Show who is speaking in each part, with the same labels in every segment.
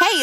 Speaker 1: Hey,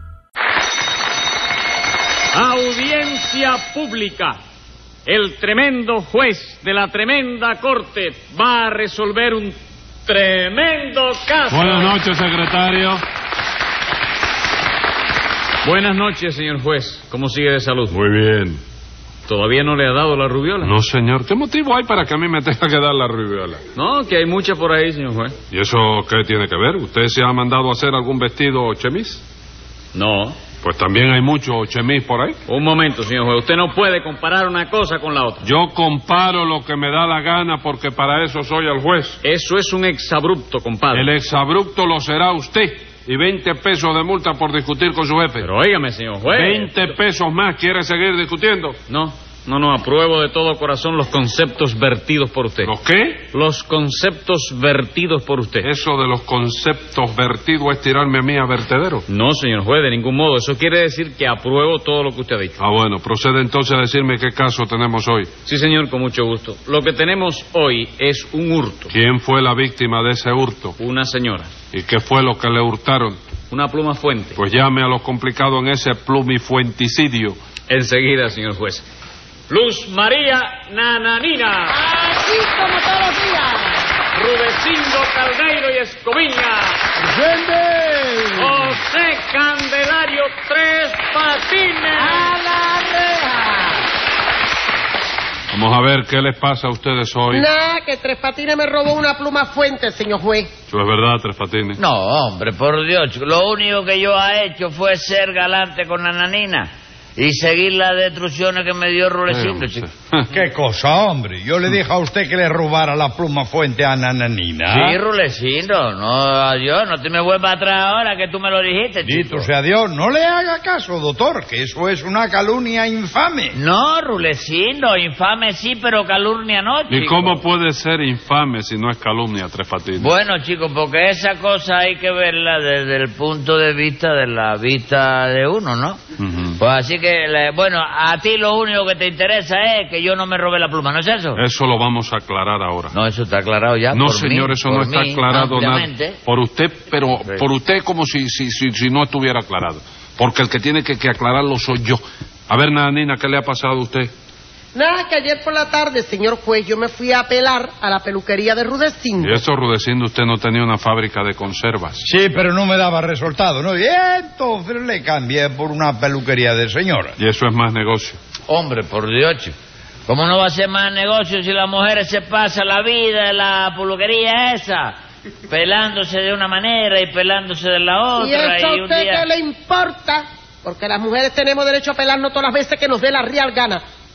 Speaker 2: Audiencia pública. El tremendo juez de la tremenda corte va a resolver un tremendo caso.
Speaker 3: Buenas noches, secretario.
Speaker 2: Buenas noches, señor juez. ¿Cómo sigue de salud?
Speaker 3: Muy bien.
Speaker 2: ¿Todavía no le ha dado la rubiola?
Speaker 3: No, señor. ¿Qué motivo hay para que a mí me tenga que dar la rubiola?
Speaker 2: No, que hay mucha por ahí, señor juez.
Speaker 3: ¿Y eso qué tiene que ver? ¿Usted se ha mandado a hacer algún vestido o chemis?
Speaker 2: No.
Speaker 3: Pues también hay mucho chemis por ahí.
Speaker 2: Un momento, señor juez. Usted no puede comparar una cosa con la otra.
Speaker 3: Yo comparo lo que me da la gana porque para eso soy el juez.
Speaker 2: Eso es un exabrupto, compadre.
Speaker 3: El exabrupto lo será usted y 20 pesos de multa por discutir con su jefe.
Speaker 2: Pero óigame, señor juez.
Speaker 3: 20 pesos más quiere seguir discutiendo.
Speaker 2: No, no, no. Apruebo de todo corazón los conceptos vertidos por usted.
Speaker 3: ¿Los qué?
Speaker 2: Los conceptos vertidos por usted.
Speaker 3: Eso de los conceptos vertidos es tirarme a mí a vertedero.
Speaker 2: No, señor juez, de ningún modo. Eso quiere decir que apruebo todo lo que usted ha dicho.
Speaker 3: Ah, bueno, procede entonces a decirme qué caso tenemos hoy.
Speaker 2: Sí, señor, con mucho gusto. Lo que tenemos hoy es un hurto.
Speaker 3: ¿Quién fue la víctima de ese hurto?
Speaker 2: Una señora.
Speaker 3: ¿Y qué fue lo que le hurtaron?
Speaker 2: Una pluma fuente.
Speaker 3: Pues llame a los complicados en ese plumifuenticidio.
Speaker 2: Enseguida, señor juez. Luz María Nananina,
Speaker 4: Aquí como todos los días.
Speaker 2: Rubecindo Caldeiro y Escoviña, José Candelario Tres Patines.
Speaker 4: A la reja.
Speaker 3: Vamos a ver qué les pasa a ustedes hoy.
Speaker 4: Nah, Ah, que Tres Patines me robó una pluma fuente, señor juez.
Speaker 3: Eso es verdad, Tres Patines.
Speaker 5: No, hombre, por Dios. Lo único que yo ha hecho fue ser galante con la nanina y seguir las destrucciones que me dio Rulecito,
Speaker 3: Eh,
Speaker 5: chico.
Speaker 6: ¿Qué cosa, hombre? Yo le dije a usted que le robara la pluma fuente a Nananina.
Speaker 3: Ah.
Speaker 5: Sí, Rulecito, no, adiós, no te me vuelvas atrás ahora que tú me lo dijiste, chico.
Speaker 6: Dito sea Dios, no le haga caso, doctor, que eso es una calumnia infame.
Speaker 5: No, Rulecito, infame sí, pero calurnia no, chico.
Speaker 3: ¿Y cómo puede ser infame si no es calumnia, Tres Patines?
Speaker 5: Bueno, chicos, porque esa cosa hay que verla desde el punto de vista de la vista de uno, ¿no?
Speaker 3: Ujú.
Speaker 5: Pues así que, le- bueno, a ti lo único que te interesa es que yo no me robé la pluma, ¿no es eso?
Speaker 3: Eso lo vamos a aclarar ahora.
Speaker 5: No, eso está aclarado ya.
Speaker 3: Eh. No,
Speaker 5: por
Speaker 3: señor,
Speaker 5: mí,
Speaker 3: eso no
Speaker 5: por
Speaker 3: está
Speaker 5: mí,
Speaker 3: aclarado nada.
Speaker 5: ampliamente.
Speaker 3: Por usted, pero por usted como si, si, si, si no estuviera aclarado. Porque el que tiene que, que aclararlo soy yo. A ver, Nananina, ¿qué le ha pasado a usted?
Speaker 4: Nada, que ayer por la tarde, señor juez, yo me fui a apelar a la peluquería de Rudecindo.
Speaker 3: Y eso, Rudecindo, usted no tenía una fábrica de conservas.
Speaker 6: Sí, pero no me daba resultado, ¿no? Y entonces le cambié por una peluquería de señora.
Speaker 3: Y eso es más negocio.
Speaker 5: Hombre, por Dios, chico. ¿Cómo no va a ser más negocio si las mujeres se pasan la vida en la peluquería esa? Pelándose de una manera y pelándose de la
Speaker 4: ¿Y
Speaker 5: otra.
Speaker 4: eso a
Speaker 5: un
Speaker 4: usted
Speaker 5: día-
Speaker 4: qué le importa? Porque las mujeres tenemos derecho a pelarnos todas las veces que nos dé la real gana.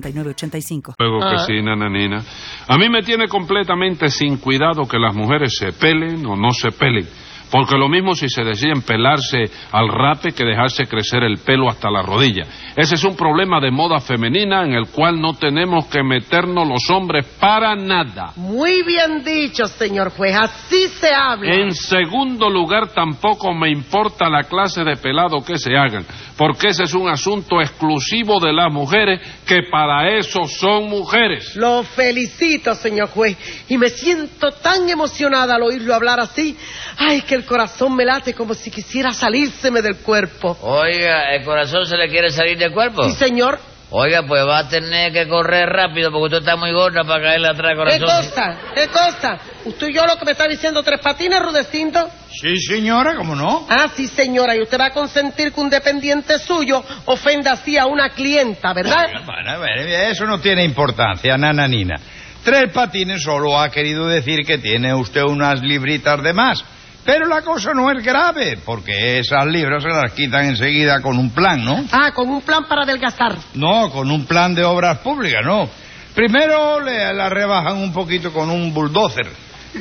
Speaker 7: 906985.
Speaker 2: Luego que sí, nananina. A mí me tiene completamente sin cuidado que las mujeres se pelen o no se pelen. Porque lo mismo si se deciden pelarse al rape que dejarse crecer el pelo hasta la rodilla. Ese es un problema de moda femenina en el cual no tenemos que meternos los hombres para nada.
Speaker 8: Muy bien dicho, señor juez. Así se habla.
Speaker 2: En segundo lugar, tampoco me importa la clase de pelado que se hagan, porque ese es un asunto exclusivo de las mujeres que para eso son mujeres.
Speaker 8: Lo felicito, señor juez. Y me siento tan emocionada al oírlo hablar así. Ay, que el corazón me late como si quisiera salírseme del cuerpo.
Speaker 5: Oiga, ¿el corazón se le quiere salir del cuerpo?
Speaker 8: Sí, señor.
Speaker 5: Oiga, pues va a tener que correr rápido porque usted está muy gorda para caerle atrás,
Speaker 8: ¿Qué
Speaker 5: corazón.
Speaker 8: cosa? ¿Qué cosa? ¿Usted y yo lo que me está diciendo tres patines, Rudecindo?
Speaker 6: Sí, señora, ¿cómo no?
Speaker 8: Ah, sí, señora. Y usted va a consentir que un dependiente suyo ofenda así a una clienta, ¿verdad?
Speaker 6: Bueno, a ver, eso no tiene importancia, nananina. Tres patines solo ha querido decir que tiene usted unas libritas de más. Pero la cosa no es grave, porque esas libras se las quitan enseguida con un plan, ¿no?
Speaker 8: Ah, con un plan para adelgazar.
Speaker 6: No, con un plan de obras públicas, no. Primero le, la rebajan un poquito con un bulldozer,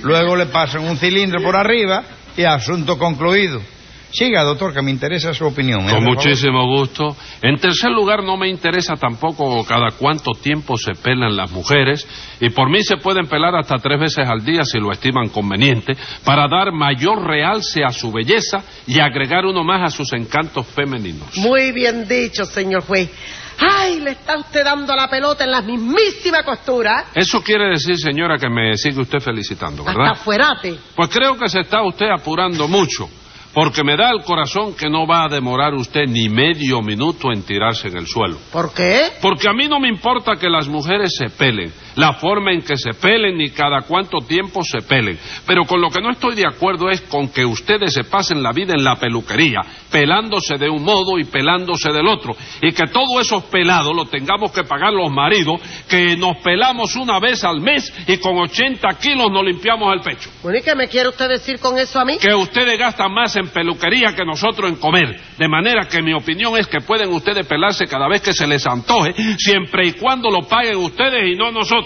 Speaker 6: luego le pasan un cilindro por arriba y asunto concluido. Siga, doctor, que me interesa su opinión.
Speaker 2: Con
Speaker 6: ¿eh? Por favor.
Speaker 2: muchísimo gusto. En tercer lugar, no me interesa tampoco cada cuánto tiempo se pelan las mujeres, y por mí se pueden pelar hasta tres veces al día si lo estiman conveniente, para dar mayor realce a su belleza y agregar uno más a sus encantos femeninos.
Speaker 8: Muy bien dicho, señor juez. Ay, le está usted dando la pelota en la mismísima costura.
Speaker 2: Eso quiere decir, señora, que me sigue usted felicitando, ¿verdad?
Speaker 8: Hasta fuerate.
Speaker 2: Pues creo que se está usted apurando mucho, porque me da el corazón que no va a demorar usted ni medio minuto en tirarse en el suelo.
Speaker 8: ¿Por qué?
Speaker 2: Porque a mí no me importa que las mujeres se pelen, la forma en que se pelen ni cada cuánto tiempo se pelen. Pero con lo que no estoy de acuerdo es con que ustedes se pasen la vida en la peluquería, pelándose de un modo y pelándose del otro. Y que todos esos pelados los tengamos que pagar los maridos, que nos pelamos una vez al mes y con 80 kilos nos limpiamos el pecho.
Speaker 8: Bueno, ¿y qué me quiere usted decir con eso a mí?
Speaker 2: Que ustedes gastan más en peluquería que nosotros en comer. De manera que mi opinión es que pueden ustedes pelarse cada vez que se les antoje, siempre y cuando lo paguen ustedes y no nosotros.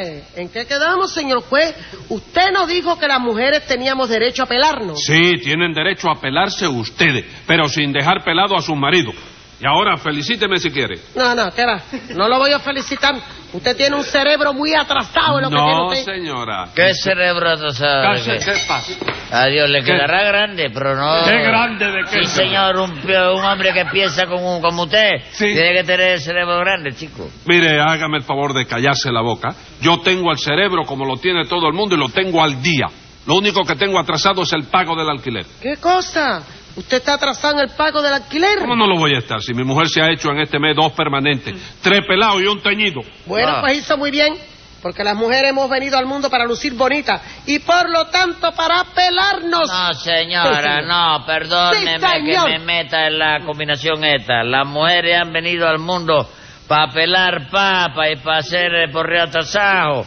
Speaker 8: ¡Eh! ¿En qué quedamos, señor juez? Usted nos dijo que las mujeres teníamos derecho a pelarnos.
Speaker 2: Sí, tienen derecho a pelarse ustedes, pero sin dejar pelado a sus maridos. Y ahora felicíteme si quiere.
Speaker 8: No, no, ¿qué va? No lo voy a felicitar. Usted tiene un cerebro muy atrasado en lo que tiene
Speaker 2: No,
Speaker 8: usted.
Speaker 2: señora.
Speaker 5: ¿Qué cerebro atrasado?
Speaker 2: Casi, ¿Qué pasa?
Speaker 5: Adiós, le
Speaker 2: ¿Qué?
Speaker 5: quedará grande, pero no...
Speaker 2: ¿Qué grande de qué,
Speaker 5: Sí, señor, un, pio- un hombre que piensa como, como usted
Speaker 2: Sí.
Speaker 5: tiene que tener el cerebro grande, chico.
Speaker 2: Mire, hágame el favor de callarse la boca. Yo tengo el cerebro como lo tiene todo el mundo y lo tengo al día. Lo único que tengo atrasado es el pago del alquiler.
Speaker 8: ¿Qué cosa? ¿Usted está atrasado en el pago del alquiler?
Speaker 2: ¿Cómo no lo voy a estar si mi mujer se ha hecho en este mes dos permanentes, tres pelados y un teñido?
Speaker 8: Bueno,
Speaker 5: Ah.
Speaker 8: pues hizo muy bien, porque las mujeres hemos venido al mundo para lucir bonitas y por lo tanto para pelarnos.
Speaker 2: Ah.
Speaker 5: No, señora, no, perdóneme
Speaker 8: Sí, señor.
Speaker 5: que me meta en la combinación esta. Las mujeres han venido al mundo para pelar papa y para hacer eh, porrea tasajo.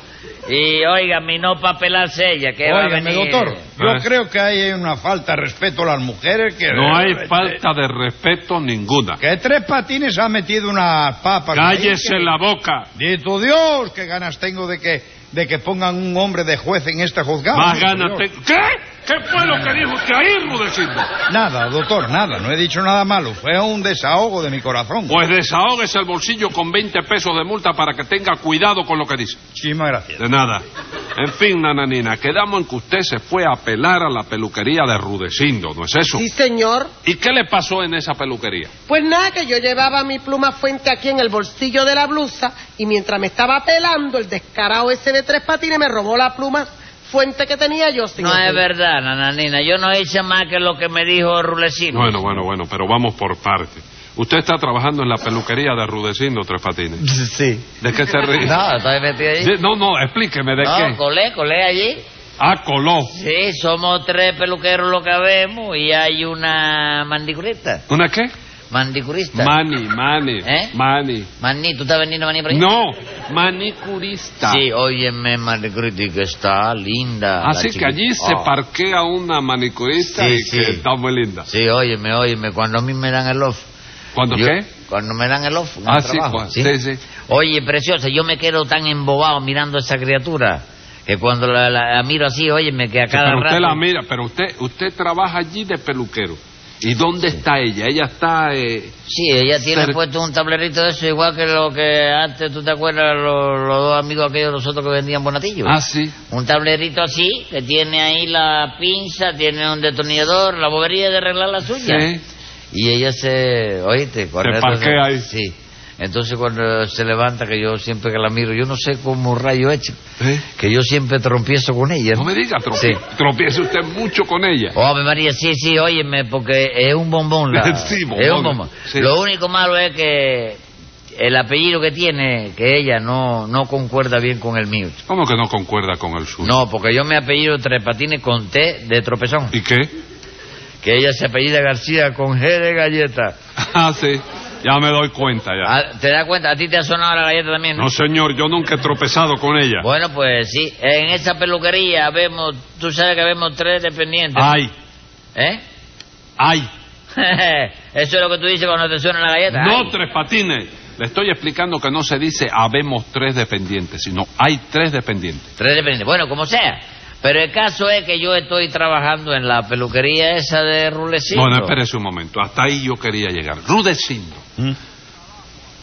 Speaker 5: Y óigame, y no para pelarse ella, que va a
Speaker 6: Óigame,
Speaker 5: venir.
Speaker 6: doctor, yo
Speaker 2: Ah.
Speaker 6: creo que hay una falta de respeto a las mujeres que...
Speaker 2: No hay falta de respeto ninguna.
Speaker 6: Que tres patines ha metido unas papas...
Speaker 2: Cállese la boca.
Speaker 6: Dito Dios, qué ganas tengo de que, de que pongan un hombre de juez en este juzgado.
Speaker 2: Más
Speaker 6: Dito
Speaker 2: ganas
Speaker 6: Dios.
Speaker 2: tengo. ¿Qué? ¿Qué fue lo que dijo usted ahí, Rudecindo?
Speaker 6: Nada, doctor, nada. No he dicho nada malo. Fue un desahogo de mi corazón.
Speaker 2: Pues desahogues el bolsillo con 20 pesos de multa para que tenga cuidado con lo que dice.
Speaker 6: Muchísimas gracias.
Speaker 2: De nada. En fin, nananina, quedamos en que usted se fue a apelar a la peluquería de Rudecindo, ¿no es eso?
Speaker 8: Sí, señor.
Speaker 2: ¿Y qué le pasó en esa peluquería?
Speaker 8: Pues nada, que yo llevaba mi pluma fuente aquí en el bolsillo de la blusa y mientras me estaba pelando, el descarado ese de tres patines me robó la pluma fuente que tenía yo, señor.
Speaker 5: No es
Speaker 8: juez.
Speaker 5: verdad, nananina. Yo no hice más que lo que me dijo Rulecino.
Speaker 2: Bueno, bueno, bueno, pero vamos por parte. Usted está trabajando en la peluquería de Rudecindo Tres Patines.
Speaker 9: Sí.
Speaker 2: ¿De qué se ríe?
Speaker 5: No, estoy metido ahí.
Speaker 2: De- no, no, explíqueme de
Speaker 5: no,
Speaker 2: qué.
Speaker 5: colé, colé allí.
Speaker 2: Ah, coló.
Speaker 5: Sí, somos tres peluqueros lo que habemos y hay una mandicurista.
Speaker 2: ¿Una qué?
Speaker 5: Mandicurista.
Speaker 2: Mani, mani.
Speaker 5: ¿Eh?
Speaker 2: Mani.
Speaker 5: Maní, ¿tú estás vendiendo maní por ahí?
Speaker 2: No, manicurista.
Speaker 5: Sí, óyeme, manicurista, que está linda. la
Speaker 2: Así que
Speaker 5: chiquita.
Speaker 2: allí se
Speaker 5: Ah.
Speaker 2: parquea una manicurista
Speaker 5: Sí,
Speaker 2: y
Speaker 5: sí.
Speaker 2: que está muy linda.
Speaker 5: Sí, óyeme, óyeme, cuando a mí me dan el off.
Speaker 2: ¿Cuándo
Speaker 5: yo-
Speaker 2: qué?
Speaker 5: Cuando me dan el off. en
Speaker 2: Ah,
Speaker 5: el
Speaker 2: sí,
Speaker 5: trabajo,
Speaker 2: Juan, sí, sí.
Speaker 5: Oye, preciosa, yo me quedo tan embobado mirando a esa criatura que cuando la, la- la miro así, óyeme, que a
Speaker 2: Sí,
Speaker 5: cada
Speaker 2: pero usted
Speaker 5: rato...
Speaker 2: la mira, pero usted usted trabaja allí de peluquero. ¿Y dónde está ella? Ella está... eh,
Speaker 5: Sí, ella tiene
Speaker 2: Cer-
Speaker 5: puesto un tablerito de eso, igual que lo que antes, ¿tú te acuerdas? Los, los dos amigos aquellos de nosotros que vendían bonatillos.
Speaker 2: Ah, sí.
Speaker 5: Un tablerito así, que tiene ahí la pinza, tiene un detonador, la bobería de arreglar la suya.
Speaker 2: Sí.
Speaker 5: Y ella se, oíste,
Speaker 2: Se
Speaker 5: cuando
Speaker 2: parquea ahí.
Speaker 5: Sí. Entonces cuando se levanta, que yo siempre que la miro, yo no sé cómo rayo he hecho,
Speaker 2: ¿Eh?
Speaker 5: que yo siempre trompiezo con ella.
Speaker 2: No me diga,
Speaker 5: Sí.
Speaker 2: tropie- tropiece usted mucho con ella.
Speaker 5: Oh, Ave María, sí, sí, óyeme, porque es un bombón. La,
Speaker 2: Sí, bombón.
Speaker 5: Es un bombón.
Speaker 2: Sí.
Speaker 5: Lo único malo es que el apellido que tiene, que ella no, no concuerda bien con el mío.
Speaker 2: ¿Cómo que no concuerda con el suyo?
Speaker 5: Oh. No, porque yo me apellido Tres Patines con T de tropezón.
Speaker 2: ¿Y qué?
Speaker 5: Que ella se apellida García con G de galleta.
Speaker 2: Ah, sí. Ya me doy cuenta ya.
Speaker 5: Ah, ¿Te das cuenta? A ti te ha sonado la galleta también, ¿no?
Speaker 2: No, señor, yo nunca he tropezado con ella.
Speaker 5: Bueno, pues sí. En esa peluquería vemos, tú sabes que vemos tres dependientes.
Speaker 2: Ay,
Speaker 5: ¿Eh?
Speaker 2: ay.
Speaker 5: Eso es lo que tú dices cuando te suena la galleta.
Speaker 2: No,
Speaker 5: Ay.
Speaker 2: tres patines. Le estoy explicando que no se dice habemos tres dependientes, sino hay tres dependientes.
Speaker 5: Tres dependientes. Bueno, como sea. Pero el caso es que yo estoy trabajando en la peluquería esa de Rulecito.
Speaker 2: Bueno, espérese un momento. Hasta ahí yo quería llegar. Rudecindo.
Speaker 5: ¿Mm?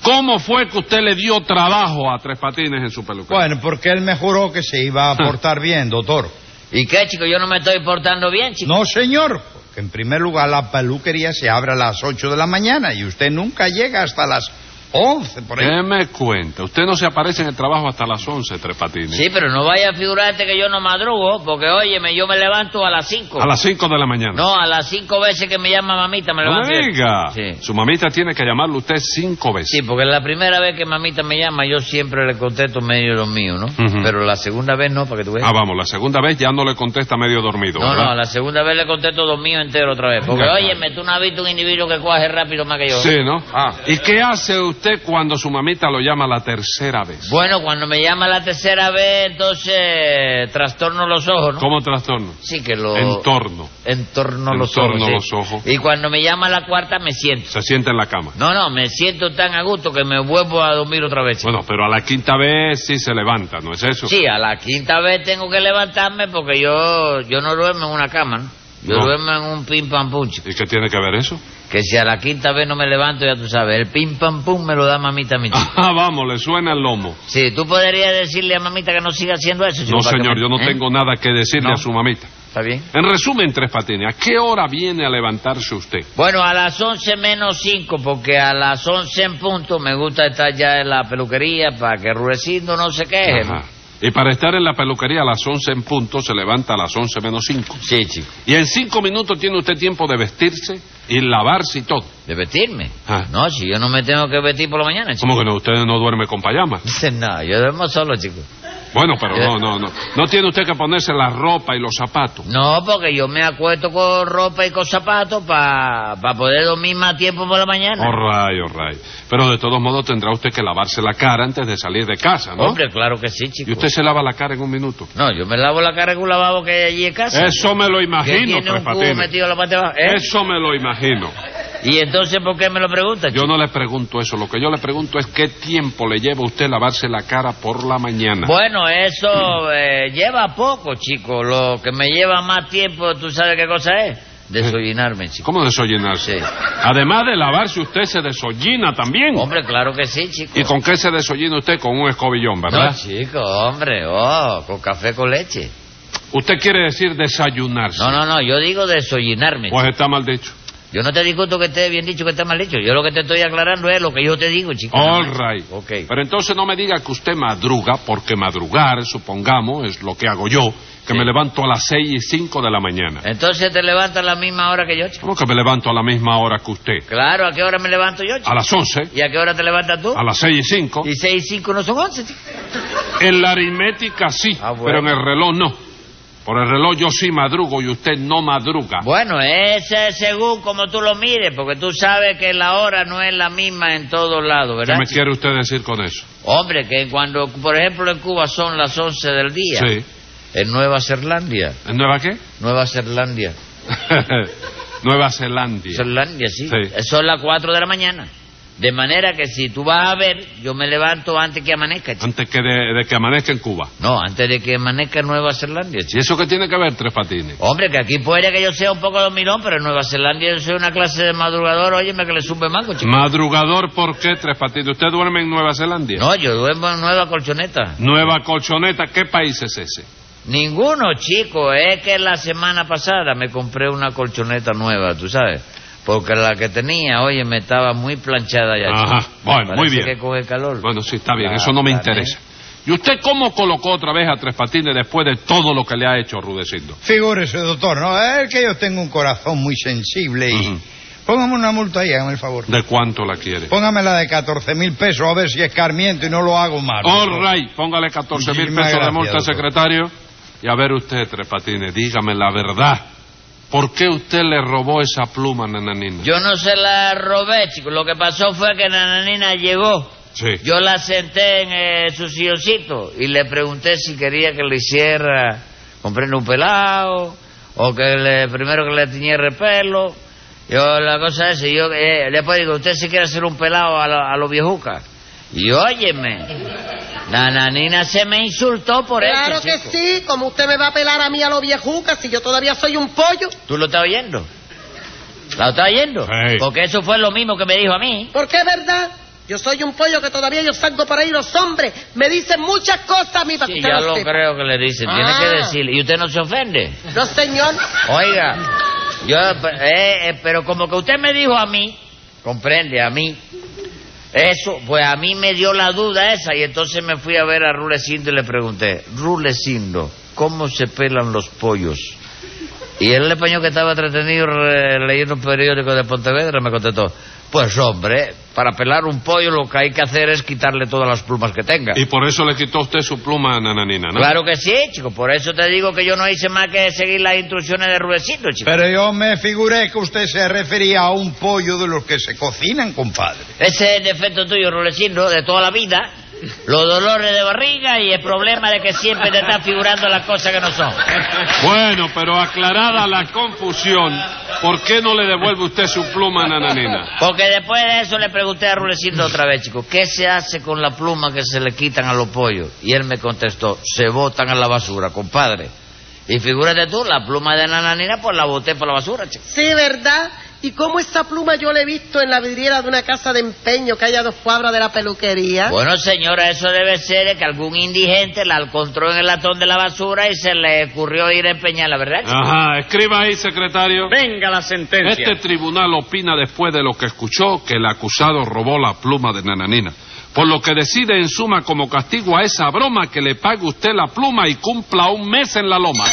Speaker 2: ¿Cómo fue que usted le dio trabajo a Tres Patines en su peluquería?
Speaker 6: Bueno, porque él me juró que se iba
Speaker 2: Ah.
Speaker 6: a portar bien, doctor.
Speaker 5: ¿Y qué, chico? Yo no me estoy portando bien, chico.
Speaker 6: No, señor. porque en primer lugar, la peluquería se abre a las 8 de la mañana y usted nunca llega hasta las 11 por ahí.
Speaker 2: ¿Qué me cuenta? Usted no se aparece en el trabajo hasta las 11, Tres Patines.
Speaker 5: Sí, pero no vaya a figurarte que yo no madrugo, porque óyeme, yo me levanto a las cinco.
Speaker 2: A las 5 de la mañana.
Speaker 5: No, a las cinco veces que me llama mamita me
Speaker 2: No
Speaker 5: levanto.
Speaker 2: me diga.
Speaker 5: Sí.
Speaker 2: Su mamita tiene que llamarlo usted cinco veces.
Speaker 5: Sí, porque la primera vez que mamita me llama yo siempre le contesto medio lo mío, ¿no?
Speaker 2: Ujú.
Speaker 5: Pero la segunda vez no, para que tú veas.
Speaker 2: Ah, vamos, la segunda vez ya no le contesta medio dormido.
Speaker 5: pues. No,
Speaker 2: ¿verdad?
Speaker 5: no, la segunda vez le contesto dos míos entero otra vez. Porque,
Speaker 2: Venga,
Speaker 5: óyeme, tú no has visto un individuo que cuaje rápido más que yo.
Speaker 2: Sí, ¿no? Ah. ¿Y qué hace usted cuando su mamita lo llama la tercera vez?
Speaker 5: Bueno, cuando me llama la tercera vez, entonces trastorno los ojos, ¿no? Oh.
Speaker 2: ¿Cómo trastorno?
Speaker 5: Sí, que lo...
Speaker 2: Entorno.
Speaker 5: Entorno los ojos.
Speaker 2: Entorno
Speaker 5: sí.
Speaker 2: los ojos.
Speaker 5: Y cuando me llama la cuarta, me siento.
Speaker 2: Se sienta en la cama.
Speaker 5: No, no, me siento tan a gusto que me vuelvo a dormir otra vez. chico.
Speaker 2: Bueno, pero a la quinta vez sí se levanta, ¿no es eso?
Speaker 5: Sí, a la quinta vez tengo que levantarme porque yo, yo no duermo en una cama, ¿no? Yo
Speaker 2: No.
Speaker 5: duermo en un pim pam pum, chico.
Speaker 2: ¿Y qué tiene que ver eso?
Speaker 5: Que si a la quinta vez no me levanto, ya tú sabes, el pim pam pum me lo da mamita a mi chico.
Speaker 2: Ah, vamos, le suena el lomo.
Speaker 5: Sí, tú podrías decirle a mamita que no siga haciendo eso. chico,
Speaker 2: No,
Speaker 5: para que
Speaker 2: señor,
Speaker 5: me-
Speaker 2: yo no
Speaker 5: ¿Eh?
Speaker 2: tengo nada que decirle
Speaker 5: No.
Speaker 2: a su mamita.
Speaker 5: ¿Está bien?
Speaker 2: En resumen, Tres Patines, ¿a qué hora viene a levantarse usted?
Speaker 5: Bueno, a las 11 menos 5, porque a las 11 en punto me gusta estar ya en la peluquería para que Rudecindo no se queje. ¿no?
Speaker 2: Ajá. Y para estar en la peluquería a las 11 en punto, se levanta a las 11 menos 5.
Speaker 5: Sí, chico.
Speaker 2: Y en cinco minutos tiene usted tiempo de vestirse y lavarse y todo.
Speaker 5: ¿De vestirme?
Speaker 2: Ah.
Speaker 5: No, si yo no me tengo que vestir por la mañana, chico.
Speaker 2: ¿Cómo que no? Usted no duerme con payamas.
Speaker 5: No, yo duermo solo, chico.
Speaker 2: Bueno, pero
Speaker 5: Eh.
Speaker 2: no, no, no. No tiene usted que ponerse la ropa y los zapatos.
Speaker 5: No, porque yo me acuesto con ropa y con zapatos para poder dormir más tiempo por la mañana.
Speaker 2: Oh, ray, oh, ray. Pero de todos modos tendrá usted que lavarse la cara antes de salir de casa, ¿no?
Speaker 5: Hombre, claro que sí, chico.
Speaker 2: Y usted se lava la cara en un minuto.
Speaker 5: No, yo me lavo la cara con un lavabo que hay allí en casa.
Speaker 2: Eso me lo
Speaker 5: que
Speaker 2: imagino,
Speaker 5: tiene
Speaker 2: Tres
Speaker 5: un cubo
Speaker 2: Patines.
Speaker 5: metido en la parte de abajo. ¿eh?
Speaker 2: Eso me lo imagino.
Speaker 5: ¿Y entonces por qué me lo preguntas,
Speaker 2: Yo
Speaker 5: chico?
Speaker 2: no le pregunto eso. Lo que yo le pregunto es qué tiempo le lleva a usted lavarse la cara por la mañana.
Speaker 5: Bueno, eso eh, lleva poco, chico. Lo que me lleva más tiempo, ¿tú sabes qué cosa es? Desollinarme, chico.
Speaker 2: ¿Cómo desollinarse?
Speaker 5: Sí.
Speaker 2: Además de lavarse, usted se desollina también.
Speaker 5: Hombre, claro que sí, chico.
Speaker 2: ¿Y con qué se desollina usted? Con un escobillón, ¿verdad?
Speaker 5: No, chico, hombre, oh, con café con leche.
Speaker 2: Usted quiere decir desayunarse.
Speaker 5: No, no, no, yo digo desollinarme.
Speaker 2: Pues está mal dicho.
Speaker 5: chico. Yo no te discuto que esté bien dicho que esté mal dicho. Yo lo que te estoy aclarando es lo que yo te digo, chico.
Speaker 2: All right. Pero entonces no me diga que usted madruga, porque madrugar, supongamos, es lo que hago yo, que me levanto a las seis y cinco de la mañana.
Speaker 5: Entonces te levantas a la misma hora que yo, chico.
Speaker 2: ¿Cómo que me levanto a la misma hora que usted?
Speaker 5: Claro, ¿a qué hora me levanto yo, chico?
Speaker 2: A las once,
Speaker 5: ¿Y a qué hora te levantas tú?
Speaker 2: a las seis y cinco.
Speaker 5: Y seis y cinco no son once, chico.
Speaker 2: En la aritmética sí,
Speaker 5: Ah, bueno.
Speaker 2: pero en el reloj no. Por el reloj yo sí madrugo y usted no madruga.
Speaker 5: Bueno, ese es según como tú lo mires, porque tú sabes que la hora no es la misma en todos lados,
Speaker 2: ¿Qué
Speaker 5: ¿verdad?
Speaker 2: me
Speaker 5: chico?
Speaker 2: quiere usted decir con eso?
Speaker 5: Hombre, que cuando, por ejemplo, en Cuba son las once del día.
Speaker 2: Sí.
Speaker 5: En Nueva Zelanda.
Speaker 2: ¿En Nueva qué?
Speaker 5: Nueva Zelanda.
Speaker 2: Nueva Zelandia.
Speaker 5: Zelandia, sí.
Speaker 2: Sí.
Speaker 5: Son las cuatro de la mañana. De manera que si tú vas a ver, yo me levanto antes que amanezca, chico.
Speaker 2: Antes que de, de que amanezca en Cuba.
Speaker 5: No, antes de que amanezca en Nueva Zelanda,
Speaker 2: ¿Y eso qué tiene que ver, Tres Patines?
Speaker 5: Hombre, que aquí puede que yo sea un poco dormilón, pero en Nueva Zelanda yo soy una clase de madrugador, óyeme, que le sube mango, chico.
Speaker 2: Madrugador, ¿por qué, Tres Patines? ¿Usted duerme en Nueva Zelandia?
Speaker 5: No, yo duermo en Nueva Colchoneta.
Speaker 2: Nueva Colchoneta, ¿qué país es ese?
Speaker 5: Ninguno, chico. Es que la semana pasada me compré una colchoneta nueva, tú sabes. Porque la que tenía, oye, me estaba muy planchada ya.
Speaker 2: Ajá,
Speaker 5: chico.
Speaker 2: bueno, muy
Speaker 5: Parece
Speaker 2: bien.
Speaker 5: que coge calor.
Speaker 2: Bueno, sí, está bien,
Speaker 5: Ah,
Speaker 2: eso no me
Speaker 5: claro.
Speaker 2: interesa. ¿Y usted cómo colocó otra vez a Tres Patines después de todo lo que le ha hecho Rudecindo?
Speaker 6: Figúrese, doctor, ¿no? Es que yo tengo un corazón muy sensible y...
Speaker 2: Ujú.
Speaker 6: Póngame una multa ahí, hágame el favor.
Speaker 2: ¿De cuánto la quiere?
Speaker 6: Póngamela de 14 mil pesos a ver si escarmiento y no lo hago mal.
Speaker 2: All right, póngale 14 mil
Speaker 6: Muchísimas
Speaker 2: pesos de
Speaker 6: gracias,
Speaker 2: multa,
Speaker 6: doctor.
Speaker 2: secretario. Y a ver usted, Tres Patines, dígame la verdad. ¿Por qué usted le robó esa pluma a Nananina?
Speaker 5: Yo no se la robé, chico. Lo que pasó fue que Nananina llegó.
Speaker 2: Sí.
Speaker 5: Yo la senté en eh, su silloncito y le pregunté si quería que le hiciera, comprendo un pelado, o que le, primero que le tiñera el pelo. Yo, la cosa es, y yo eh, después digo, ¿usted se quiere hacer un pelado a, lo- a los viejucas? Y óyeme, Nananina se me insultó por
Speaker 8: Claro
Speaker 5: eso,
Speaker 8: que
Speaker 5: chico.
Speaker 8: sí, como usted me va a pelar a mí a los viejucas si yo todavía soy un pollo.
Speaker 5: ¿Tú lo estás oyendo? ¿La estás oyendo?
Speaker 2: Sí.
Speaker 5: Porque eso fue lo mismo que me dijo a mí.
Speaker 8: Porque es verdad, yo soy un pollo que todavía yo salgo por ahí y los hombres me dicen muchas cosas a mí para
Speaker 5: Sí,
Speaker 8: que usted
Speaker 5: ya
Speaker 8: lo
Speaker 5: lo
Speaker 8: sepa.
Speaker 5: creo que le dicen. Tiene
Speaker 8: Ah.
Speaker 5: que decirle. ¿Y usted no se ofende?
Speaker 8: No, señor.
Speaker 5: Oiga, yo, eh, eh, pero como que usted me dijo a mí, comprende, a mí, eso, pues a mí me dio la duda esa y entonces me fui a ver a Rulecindo y le pregunté, Rulecindo, ¿cómo se pelan los pollos? Y el español que estaba entretenido eh, leyendo un periódico de Pontevedra me contestó, pues hombre, para pelar un pollo lo que hay que hacer es quitarle todas las plumas que tenga.
Speaker 2: Y por eso le quitó usted su pluma a Nananina, ¿no?
Speaker 5: Claro que sí, chico. Por eso te digo que yo no hice más que seguir las instrucciones de Rudecindo, chico.
Speaker 6: Pero yo me figuré que usted se refería a un pollo de los que se cocinan, compadre.
Speaker 5: Ese es el defecto tuyo, Rudecindo, de toda la vida. Los dolores de barriga y el problema de que siempre te estás figurando las cosas que no son.
Speaker 2: Bueno, pero aclarada la confusión, ¿por qué no le devuelve usted su pluma a Nananina?
Speaker 5: Porque después de eso le pregunté a Rudecindo otra vez, chico, ¿qué se hace con la pluma que se le quitan a los pollos? Y él me contestó, se botan a la basura, compadre. Y figúrate tú, la pluma de Nananina, pues la boté por la basura, chico.
Speaker 8: Sí, ¿verdad? ¿Y cómo esa pluma yo la he visto en la vidriera de una casa de empeño que haya dos cuadras de la peluquería?
Speaker 5: Bueno, señora, eso debe ser de que algún indigente la encontró en el latón de la basura y se le ocurrió ir a empeñarla, ¿verdad? chico?
Speaker 2: Ajá, escriba ahí, secretario.
Speaker 10: Venga la sentencia.
Speaker 2: Ah. Este tribunal opina después de lo que escuchó que el acusado robó la pluma de Nananina. Por lo que decide en suma como castigo a esa broma que le pague usted la pluma y cumpla un mes en la loma.